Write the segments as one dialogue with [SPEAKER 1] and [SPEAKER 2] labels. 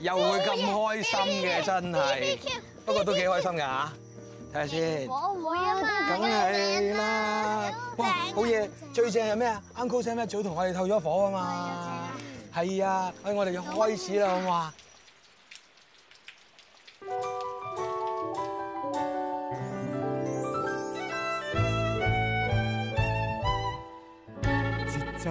[SPEAKER 1] 又會咁開心嘅，真係。不過都幾開心㗎嚇，睇下先。
[SPEAKER 2] 我會啊嘛，
[SPEAKER 1] 梗係啦，哇，好嘢！最正係咩啊？Uncle Sam 一早同我哋透咗火啊嘛。係啊，哎，我哋要開始啦，好唔好啊？
[SPEAKER 3] 節奏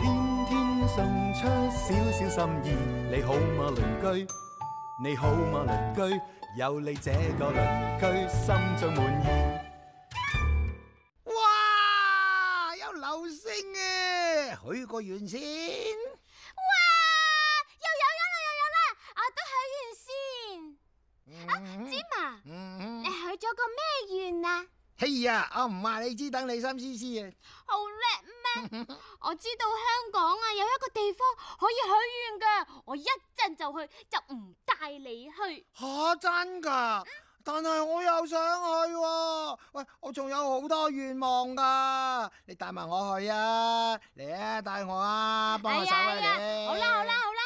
[SPEAKER 3] 天天送出少少心意，你好嗎鄰居？你好嗎鄰居？有你這個鄰居，心中滿意。
[SPEAKER 4] 哇！有流星啊！許個願先。
[SPEAKER 2] 又有啦又有啦，我都許願先。啊，芝麻，
[SPEAKER 4] 嗯
[SPEAKER 2] 你許咗個咩願啊？
[SPEAKER 4] 哎呀，我唔話你知，等你心思思啊！
[SPEAKER 2] 好叻咩？ 我知道香港啊有一個地方可以許願噶，我一陣就去，就唔帶你去。
[SPEAKER 4] 吓真噶，但係我又想去喎、喂，我仲有好多願望噶，你帶埋我去啊！嚟啊，帶我啊，幫我手
[SPEAKER 2] 哎
[SPEAKER 4] 啊你。
[SPEAKER 2] 好啦好啦。好啦，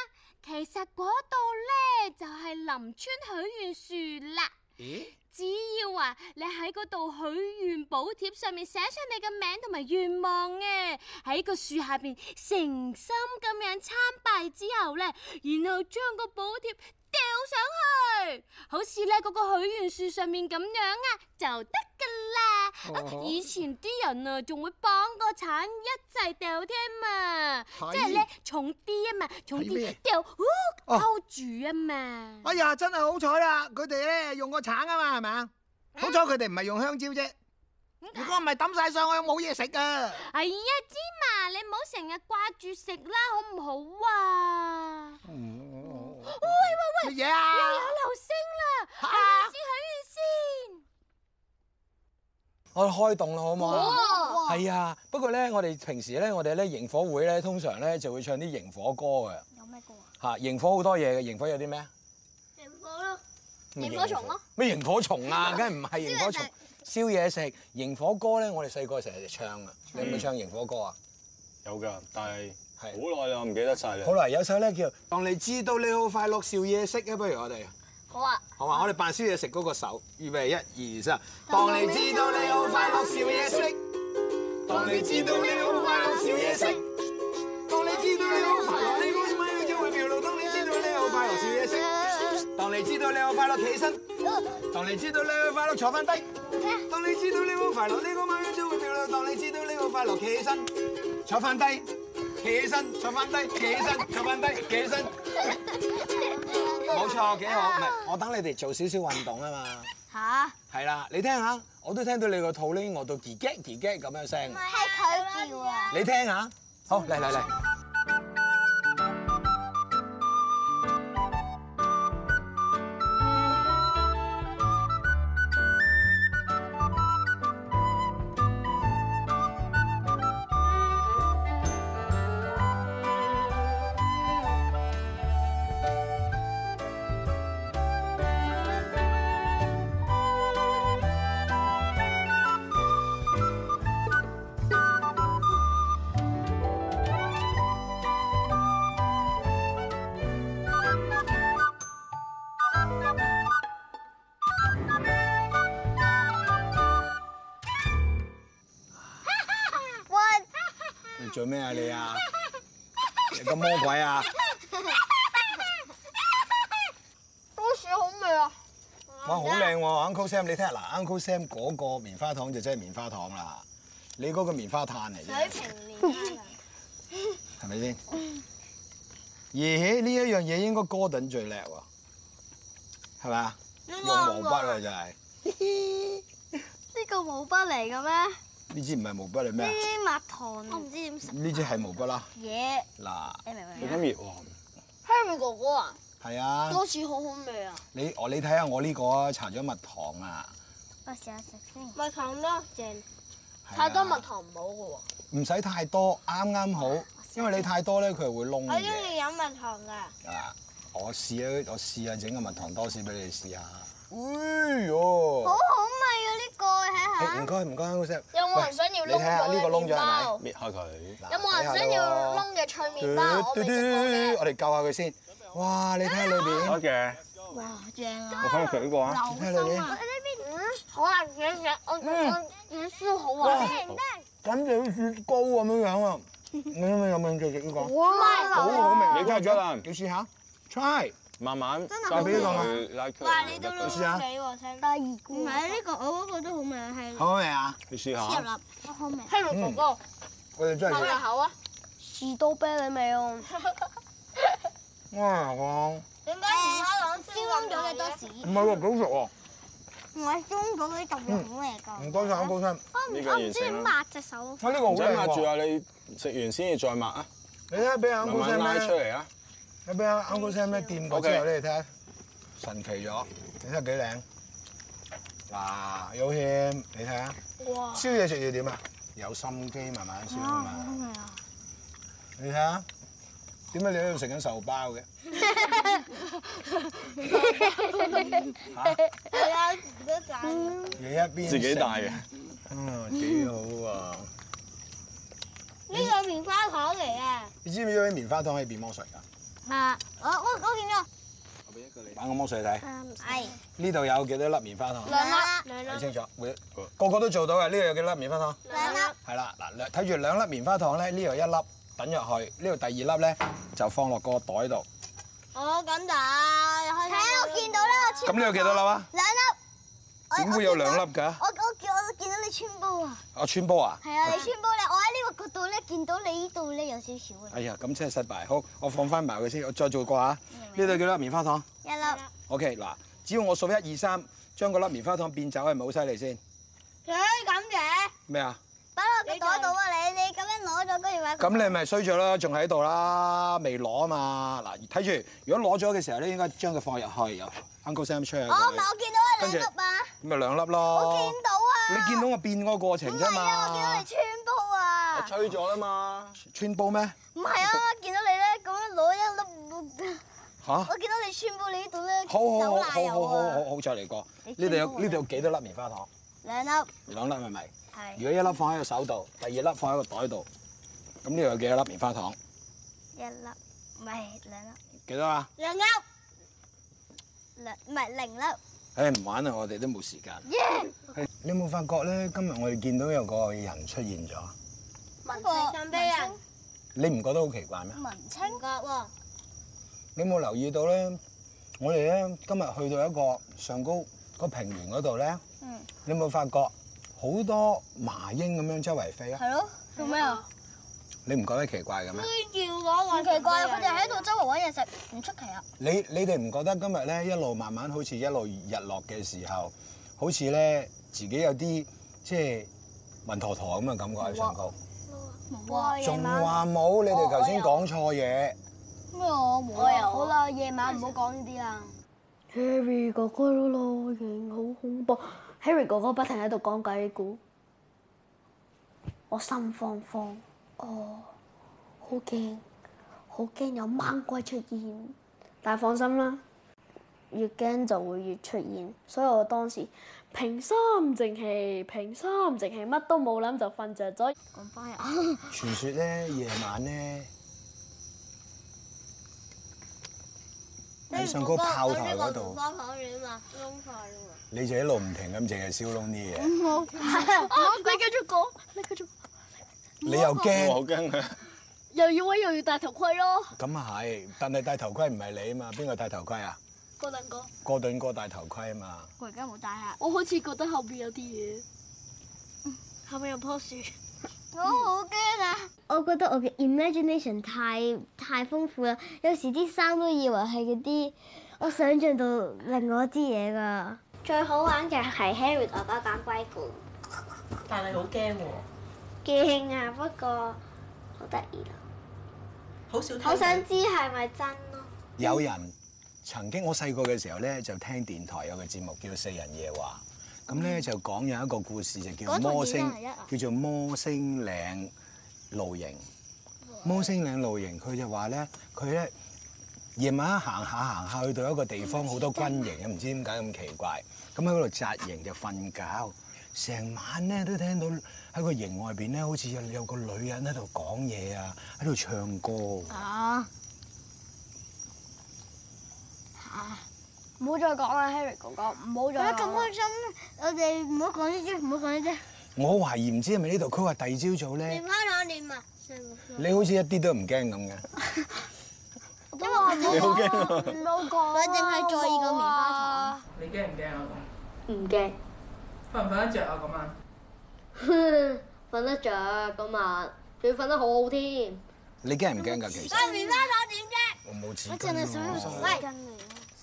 [SPEAKER 2] 其實嗰度呢，就係林村許願樹啦。
[SPEAKER 4] 咦？
[SPEAKER 2] 只要啊，你喺嗰度許願寶帖上面寫上你嘅名同埋願望嘅，喺個樹下邊誠心咁樣參拜之後呢，然後將個寶帖掉上去，好似呢嗰個許願樹上面咁樣啊，就得噶啦。啊
[SPEAKER 4] 哦
[SPEAKER 2] 以前啲人啊，仲會綁個橙一齊掉添啊，
[SPEAKER 4] 係
[SPEAKER 2] 即係呢，重啲啊嘛，重
[SPEAKER 4] 係哎咩
[SPEAKER 2] 啲掉，
[SPEAKER 4] 哦
[SPEAKER 2] 呼勾住啊嘛。
[SPEAKER 4] 哎呀，真係好彩啦！佢哋咧用個橙啊嘛，係咪啊？好彩佢哋唔係用香蕉啫。如果唔係抌晒上去，冇嘢食啊噶。
[SPEAKER 2] 哎呀，芝麻，你唔好成日掛住食啦，好唔好啊？
[SPEAKER 4] 喂喂喂！乜嘢
[SPEAKER 2] 又有
[SPEAKER 4] 啊？
[SPEAKER 2] 流星啦，
[SPEAKER 4] 嚇
[SPEAKER 2] 我先
[SPEAKER 1] 我哋開動啦，好唔好啊？
[SPEAKER 2] 好
[SPEAKER 1] 係啊，不過咧，我哋平時咧，我哋咧營火會咧，通常咧就會唱啲營火歌嘅。有咩歌啊？嚇，營火好多嘢嘅，營火有啲咩啊？咩
[SPEAKER 2] 螢火蟲咯。
[SPEAKER 1] 咩營火蟲啊？ 梗係唔係營火蟲？燒嘢食，營火歌咧，我哋細個成日唱啊。你有冇唱營火歌啊？
[SPEAKER 5] 有㗎，但係
[SPEAKER 1] 係
[SPEAKER 5] 好耐啦，我唔記得晒啦
[SPEAKER 1] 好。啦，有首咧叫《當你知道你好快樂笑嘢食》啊，不如我哋。
[SPEAKER 2] 好啊，
[SPEAKER 1] 好嘛，我哋扮燒嘢食嗰個手，預備一二三。當你知道你好快樂笑嘢食，當你知道你好快樂笑嘢食，當你知道你好快樂，你嗰晚就會妙路。當你知道你好快樂笑嘢食，當你知道你好快樂起身，當你知道你好快樂坐翻低，當你知道你好快樂，你嗰晚就會妙路。當你知道你好快樂企起身，坐翻低，企起身，坐翻低，企起身，坐翻低，企起身。冇錯，幾
[SPEAKER 2] 啊
[SPEAKER 1] 好。唔係，我等你哋做少少運動啊嘛。
[SPEAKER 2] 吓，
[SPEAKER 1] 係啦，你聽下，我都聽到你個肚咧餓到叽叽叽叽咁樣聲。
[SPEAKER 2] 係佢叫啊，
[SPEAKER 1] 你聽下，好嚟嚟嚟。你做咩啊你啊？你個魔鬼啊！哇，好靚喎，Uncle Sam，你聽下嗱，Uncle Sam 嗰個棉花糖就真係棉花糖啦，你嗰個棉花炭嚟嘅，係咪先？咦，呢一樣嘢應該 Gordon 最叻喎，係咪啊？用毛筆啊，就係
[SPEAKER 6] 呢個毛筆嚟嘅咩？呢
[SPEAKER 1] 呢支唔係毛筆係咩啊？
[SPEAKER 6] 啲蜜糖，我唔知點食
[SPEAKER 1] 呢支係毛筆啦，
[SPEAKER 6] 嘢，
[SPEAKER 1] 嗱，
[SPEAKER 6] 你明唔明
[SPEAKER 5] 你咁熱喎，
[SPEAKER 6] ？Harry 哥哥啊，
[SPEAKER 1] 係啊，
[SPEAKER 6] 多士好好味啊！
[SPEAKER 1] 你我你睇下我呢個啊，搽咗蜜糖啊，
[SPEAKER 6] 我試下食先。蜜糖啦，正。
[SPEAKER 1] 係啊
[SPEAKER 6] 太多蜜糖唔好嘅喎。
[SPEAKER 1] 唔使太多，啱啱好，因為你太多咧，佢係會燶
[SPEAKER 6] 我中
[SPEAKER 1] 嘅。
[SPEAKER 6] 意飲蜜糖㗎。
[SPEAKER 1] 啊，我試啊，我試下整個蜜糖多士俾你試下。哎呦！
[SPEAKER 6] 好味啊！呢個睇
[SPEAKER 1] 誒唔該唔該，好食。
[SPEAKER 6] 有冇人想要
[SPEAKER 1] 喂你睇下
[SPEAKER 6] 窿咗
[SPEAKER 1] 呢個
[SPEAKER 6] 嘅
[SPEAKER 1] 窿咗
[SPEAKER 6] 麵
[SPEAKER 1] 係咪
[SPEAKER 6] 包？
[SPEAKER 5] 搣下佢，
[SPEAKER 1] 嗱
[SPEAKER 6] 有冇人想要？窿嘅脆
[SPEAKER 1] 睇
[SPEAKER 6] 麵
[SPEAKER 1] 下
[SPEAKER 6] 包？
[SPEAKER 1] 咯
[SPEAKER 6] 我
[SPEAKER 1] 嘟
[SPEAKER 6] 未
[SPEAKER 1] 嘟嘟
[SPEAKER 6] 食過嘅。
[SPEAKER 1] 我哋救下佢先。哇！你睇下裏邊，
[SPEAKER 5] 嘅，
[SPEAKER 2] 哦
[SPEAKER 6] 哇，正啊！
[SPEAKER 5] 我睇下佢嗰個啊，
[SPEAKER 1] 你睇下裏邊。
[SPEAKER 6] 好啊，想想我我軟酥好啊！
[SPEAKER 1] 咁就好似雪糕咁樣樣啊！你有冇有冇興趣食呢個？
[SPEAKER 6] 哇，
[SPEAKER 1] 好好味，
[SPEAKER 5] 你加咗啦
[SPEAKER 1] 你試下，try
[SPEAKER 5] 慢慢
[SPEAKER 6] 係
[SPEAKER 5] 交俾
[SPEAKER 1] 好
[SPEAKER 5] 佢拉佢。
[SPEAKER 6] 哇！你都
[SPEAKER 5] 你
[SPEAKER 1] 試
[SPEAKER 5] 試
[SPEAKER 1] 下
[SPEAKER 5] 下，
[SPEAKER 6] 味喎，聽第二個。唔係呢個，我嗰個都好味，係
[SPEAKER 1] 好味啊！
[SPEAKER 5] 你試下，
[SPEAKER 6] 好味。聽
[SPEAKER 1] 哥
[SPEAKER 6] 哥，
[SPEAKER 1] 我哋真係食，
[SPEAKER 6] 口啊！士多啤梨味喎。
[SPEAKER 1] 哇我
[SPEAKER 6] 點解唔開朗燒燶咗嘅多士？
[SPEAKER 1] 唔係喎，幾熟喎，
[SPEAKER 6] 唔係燒咗嗰啲咁好味㗎
[SPEAKER 1] 唔該晒，唔該晒。
[SPEAKER 5] 呢
[SPEAKER 2] 啊
[SPEAKER 5] 個完成啦。
[SPEAKER 6] 抹隻手。
[SPEAKER 1] 我呢個好
[SPEAKER 5] 唔使
[SPEAKER 1] 靚
[SPEAKER 5] 抹住
[SPEAKER 1] 喎，
[SPEAKER 5] 啊！你食完先至再抹啊，
[SPEAKER 1] 你睇下俾阿
[SPEAKER 5] 慢
[SPEAKER 1] Uncle
[SPEAKER 5] 慢拉出
[SPEAKER 1] Sam 咧，
[SPEAKER 5] 嚟啊！
[SPEAKER 1] 你俾阿 Uncle Sam 咧掂過之後
[SPEAKER 5] OK
[SPEAKER 1] 咧，你睇下神奇咗，你睇下幾靚。嗱，有欠，你睇下
[SPEAKER 6] 哇！
[SPEAKER 1] 燒嘢食要點啊？有心機慢慢燒啊嘛。你睇下，點解你喺度食緊壽包 嘅？
[SPEAKER 6] 係啊，唔得賺。
[SPEAKER 1] 你一邊
[SPEAKER 5] 自己
[SPEAKER 1] 食
[SPEAKER 5] 帶啊嘅，
[SPEAKER 1] 嗯，幾好啊！
[SPEAKER 6] 呢個棉花糖嚟啊！
[SPEAKER 1] 你知唔知啲棉花糖可以變魔術㗎？
[SPEAKER 6] 啊！我我我見咗。
[SPEAKER 1] 玩個魔術你睇，
[SPEAKER 6] 係。
[SPEAKER 1] 呢度有幾多粒棉花糖？
[SPEAKER 6] 兩粒。
[SPEAKER 1] 睇清楚，每個個都做到嘅。呢度有幾多粒棉花糖？
[SPEAKER 6] 兩粒。
[SPEAKER 1] 係啦，嗱，兩睇住兩粒棉花糖咧，呢度一粒等入去，呢度第二粒咧就放落個袋度。
[SPEAKER 6] 我咁大。睇下我見到啦，我
[SPEAKER 1] 咁呢度幾多粒啊？
[SPEAKER 6] 兩粒。
[SPEAKER 1] 點會有兩粒㗎？
[SPEAKER 6] 我我見我見到你穿煲啊！
[SPEAKER 1] 我穿煲啊！
[SPEAKER 6] 係啊，你穿煲咧，我喺呢個角度咧見到你呢度咧有少少啊。
[SPEAKER 1] 哎呀，咁真係失敗。好，我放翻埋佢先，我再做過啊。
[SPEAKER 6] 嗯
[SPEAKER 1] 呢度幾多粒棉花糖
[SPEAKER 6] 一粒。
[SPEAKER 1] ？OK，嗱，只要我數一二三，將嗰粒棉花糖變走，係咪好犀利先？
[SPEAKER 6] 誒咁嘅，
[SPEAKER 1] 咩啊？
[SPEAKER 6] 擺落個袋度啊！你你咁樣攞咗，跟住話。
[SPEAKER 1] 咁你咪衰咗啦，仲喺度啦，未攞啊嘛。嗱，睇住，如果攞咗嘅時候咧，應該將佢放入去，由 Uncle Sam 吹下
[SPEAKER 6] 我
[SPEAKER 1] 佢，
[SPEAKER 6] 唔係我見到一兩粒啊！
[SPEAKER 1] 咁咪兩粒
[SPEAKER 6] 哦我
[SPEAKER 1] 咯
[SPEAKER 6] 見。到啊！
[SPEAKER 1] 你見到我變嗰個過程
[SPEAKER 6] 唔
[SPEAKER 1] 啫
[SPEAKER 6] 係啊！我見到
[SPEAKER 1] 嘛
[SPEAKER 6] 你？穿煲啊！
[SPEAKER 5] 吹咗啦嘛，
[SPEAKER 1] 穿煲咩？
[SPEAKER 6] 唔係啊！我見到你咧咁樣
[SPEAKER 1] 吓？
[SPEAKER 6] 攞一粒，
[SPEAKER 1] 好
[SPEAKER 6] 我見到你穿煲你呢度咧
[SPEAKER 1] 好好
[SPEAKER 6] 手
[SPEAKER 1] 好
[SPEAKER 6] 奶
[SPEAKER 1] 好
[SPEAKER 6] 油
[SPEAKER 1] 好好
[SPEAKER 6] 啊！
[SPEAKER 1] 好再嚟過。呢
[SPEAKER 6] 你
[SPEAKER 1] 度有
[SPEAKER 6] 穿煲
[SPEAKER 1] 呢度有幾多粒棉花糖？
[SPEAKER 6] 兩粒
[SPEAKER 1] 兩粒係咪？如果
[SPEAKER 6] 係
[SPEAKER 1] 一粒放喺個手度，第二粒放喺個袋度，咁呢度有幾多粒棉花糖？
[SPEAKER 6] 一粒，唔係兩粒，
[SPEAKER 1] 幾多啊？
[SPEAKER 6] 兩粒兩唔係零粒。
[SPEAKER 1] 唉，唔玩啦，我哋都冇時間。係你有冇發覺咧？今日我哋見到有個人出現咗，
[SPEAKER 6] 文青神秘人，
[SPEAKER 1] 你唔覺得好奇怪咩？
[SPEAKER 6] 文青覺喎，
[SPEAKER 1] 你有冇留意到咧？我哋咧今日去到一個上高個平原嗰度咧，
[SPEAKER 6] 嗯
[SPEAKER 1] 你有冇發覺好多麻鷹咁樣周圍飛啊？
[SPEAKER 6] 係咯，做咩啊？
[SPEAKER 1] 你唔覺得奇怪嘅咩？
[SPEAKER 6] 唔奇怪，佢哋喺度周圍揾嘢食，唔出奇啊！
[SPEAKER 1] 你你哋唔覺得今日咧一路慢慢好似一路日落嘅時候，好似咧自己有啲即係暈陀陀咁嘅感覺喺上高？
[SPEAKER 6] 哇，
[SPEAKER 1] 仲話冇？你哋頭先講錯嘢。
[SPEAKER 6] 咩我冇啊！好啦，夜晚唔好講呢啲啦。
[SPEAKER 7] Harry 哥哥嘅內型好恐怖，Harry 哥哥不停喺度講鬼故，我心慌慌，哦，好驚，好驚有猛鬼出現，但係放心啦，越驚就會越出現，所以我當時平心靜氣，平心靜氣，乜都冇諗就瞓着咗。
[SPEAKER 6] 講翻啊！
[SPEAKER 1] 傳說咧，夜晚咧喺上高炮台嗰度，
[SPEAKER 6] 方糖丸嘛，窿菜啊嘛。
[SPEAKER 1] 你就一路唔停咁淨係燒窿啲嘢，
[SPEAKER 7] 你繼續講，你繼續，
[SPEAKER 1] 你又
[SPEAKER 5] 我好
[SPEAKER 1] 驚，
[SPEAKER 5] 驚啊佢。
[SPEAKER 7] 又要威又要戴頭盔咯，
[SPEAKER 1] 咁啊係，但係戴頭盔唔係你啊嘛，邊個戴頭盔啊？
[SPEAKER 7] 哥頓哥，
[SPEAKER 1] 哥頓哥戴頭盔啊嘛，
[SPEAKER 6] 我而家冇戴啊！
[SPEAKER 7] 我好似覺得後邊有啲嘢。
[SPEAKER 6] 後面有棵樹。
[SPEAKER 8] 我好驚啊！我覺得我嘅 imagination 太太豐富啦，有時啲衫都以為係嗰啲我想像到另外一啲嘢㗎。最好玩嘅係 Harry 哥哥講鬼故，
[SPEAKER 9] 但係你好驚喎，
[SPEAKER 8] 驚啊！不過好得意咯，啊
[SPEAKER 9] 好少聽。
[SPEAKER 8] 好想知係咪真咯。
[SPEAKER 1] 有人曾經我細個嘅時候咧，就聽電台有個節目叫《四人夜話》，咁咧就講有一個故事就叫
[SPEAKER 8] 嗰套
[SPEAKER 1] 魔
[SPEAKER 8] 電
[SPEAKER 1] 星
[SPEAKER 8] 視係啊，
[SPEAKER 1] 叫做魔星嶺露營。魔星嶺露營，佢就話咧，佢咧夜晚一行下行下去到一個地方，好多軍營嘅，唔知點解咁奇怪。咁喺嗰度紮營就瞓覺，成晚咧都聽到喺個營外邊咧，好似有有個女人喺度講嘢啊，喺度唱歌喎。
[SPEAKER 6] 啊
[SPEAKER 8] 唔好再講啦，Harry 哥哥，唔好
[SPEAKER 6] 講得
[SPEAKER 8] 再
[SPEAKER 6] 咁開心，我哋唔好講呢啲，唔好講呢啲。
[SPEAKER 1] 我懷疑唔知係咪呢度，佢話第二朝早咧
[SPEAKER 6] 連，翻兩年啊，
[SPEAKER 1] 你好似一啲都唔驚咁嘅。
[SPEAKER 8] 因為我
[SPEAKER 1] 你好驚啊
[SPEAKER 8] 唔好講，我淨係在意個棉花糖。
[SPEAKER 9] 你驚唔驚啊？
[SPEAKER 7] 唔驚，
[SPEAKER 9] 瞓唔瞓得着啊？咁啊？
[SPEAKER 7] 瞓得着嗰晚，仲要瞓得好好添。
[SPEAKER 1] 你驚唔驚㗎？其實
[SPEAKER 6] 個棉花糖點啫？
[SPEAKER 1] 我冇紙
[SPEAKER 6] 我
[SPEAKER 1] 巾
[SPEAKER 6] 淨係想
[SPEAKER 1] 喎。
[SPEAKER 6] 喂，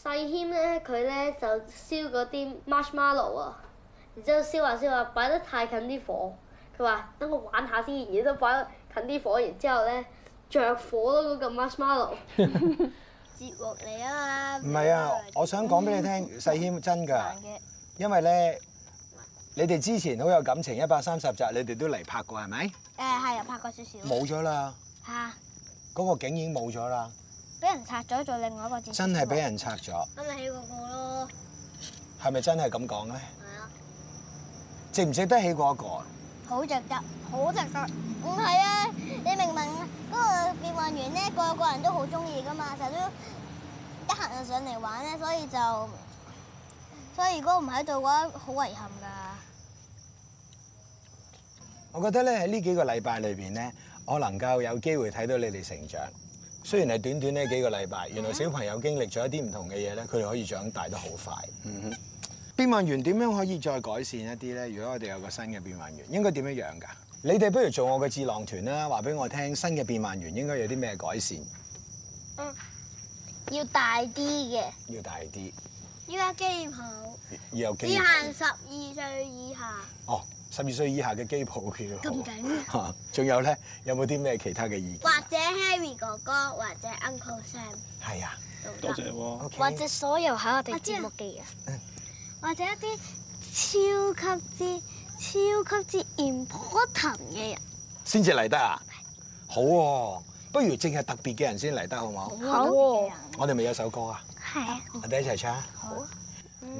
[SPEAKER 7] 細軒咧，佢咧就燒嗰啲 marshmallow 啊，然之後燒下燒下，擺得太近啲火，佢話等我玩下先，然之後擺得近啲火，然之後咧着火咯嗰個 marshmallow。
[SPEAKER 6] 節目嚟啊
[SPEAKER 1] 唔係啊，我想講俾你
[SPEAKER 6] 嗯
[SPEAKER 1] 聽，細謙真㗎，因為咧，你哋之前好有感情，一百三十集你哋都嚟拍過係咪？
[SPEAKER 6] 誒係啊，拍過少少。
[SPEAKER 1] 冇咗啦，
[SPEAKER 6] 嚇，
[SPEAKER 1] 嗰、個景已經冇咗啦，
[SPEAKER 6] 俾人拆咗做另外一個節目。
[SPEAKER 1] 真係俾人拆咗，
[SPEAKER 6] 咁咪起嗰個咯，
[SPEAKER 1] 係咪真係咁講咧？
[SPEAKER 6] 係啊，
[SPEAKER 1] 值唔值得起嗰、個？啊
[SPEAKER 6] 好值得，好值得。唔係啊，你明唔明啊？嗰個變幻員咧，個個人都好中意噶嘛，成日都得閒就上嚟玩咧，所以就所以如果唔喺度嘅話，好遺憾㗎。
[SPEAKER 1] 我覺得咧喺呢幾個禮拜裏邊咧，我能夠有機會睇到你哋成長。雖然係短短呢幾個禮拜，原來小朋友經歷咗一啲唔同嘅嘢咧，佢哋可以長大得好快。嗯哼，變幻員點樣可以再改善一啲咧？如果我哋有個新嘅變幻員，應該點樣樣㗎？你哋不如做我嘅智囊團啦，話俾我聽新嘅變幻員應該有啲咩改善，
[SPEAKER 6] 要大啲嘅，
[SPEAKER 1] 要大啲，
[SPEAKER 6] 依家機好，
[SPEAKER 1] 要有
[SPEAKER 6] 只
[SPEAKER 1] 機
[SPEAKER 6] 限
[SPEAKER 1] 譜。
[SPEAKER 6] 十二歲以下。
[SPEAKER 1] 哦，十二歲以下嘅機譜叫
[SPEAKER 6] 咁緊
[SPEAKER 1] 好。嚇 仲有咧，有冇啲咩其他嘅意見？啊
[SPEAKER 6] 或者 Harry 哥哥，或者 Uncle Sam，
[SPEAKER 1] 係啊，
[SPEAKER 5] 多謝喎。
[SPEAKER 1] OK
[SPEAKER 8] 或者所有喺我哋
[SPEAKER 6] 我知啊
[SPEAKER 8] 節目嘅人，
[SPEAKER 6] 或者一啲超級之超級之 important 嘅人。
[SPEAKER 1] 先至嚟得啊？好喎、不如淨係特別嘅人先嚟得好唔好？
[SPEAKER 6] 好喎，
[SPEAKER 1] 我哋咪有首歌啊，
[SPEAKER 6] 係啊。
[SPEAKER 1] 我哋一齊唱啊。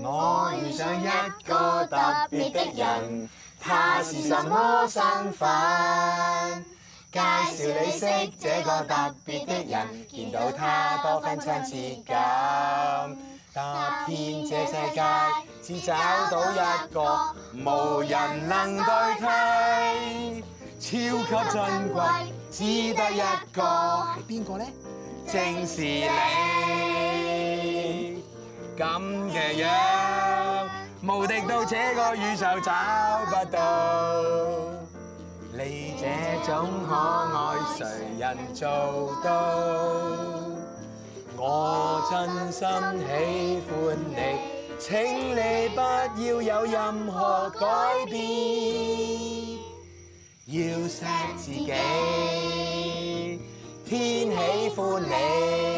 [SPEAKER 6] 我遇上一個特別的人，他是什麼身份？介紹你識這個特別的人，見到他多分親切感。
[SPEAKER 1] 踏遍這世界，只找到一個無人能代替，超級珍貴，只得一個。係邊個咧？正是你咁嘅樣，無敵到這個宇宙找不到。你這種可愛，誰人做到？我真心喜歡你，請你不要有任何改變，要錫自己，天喜歡你。
[SPEAKER 6] 哦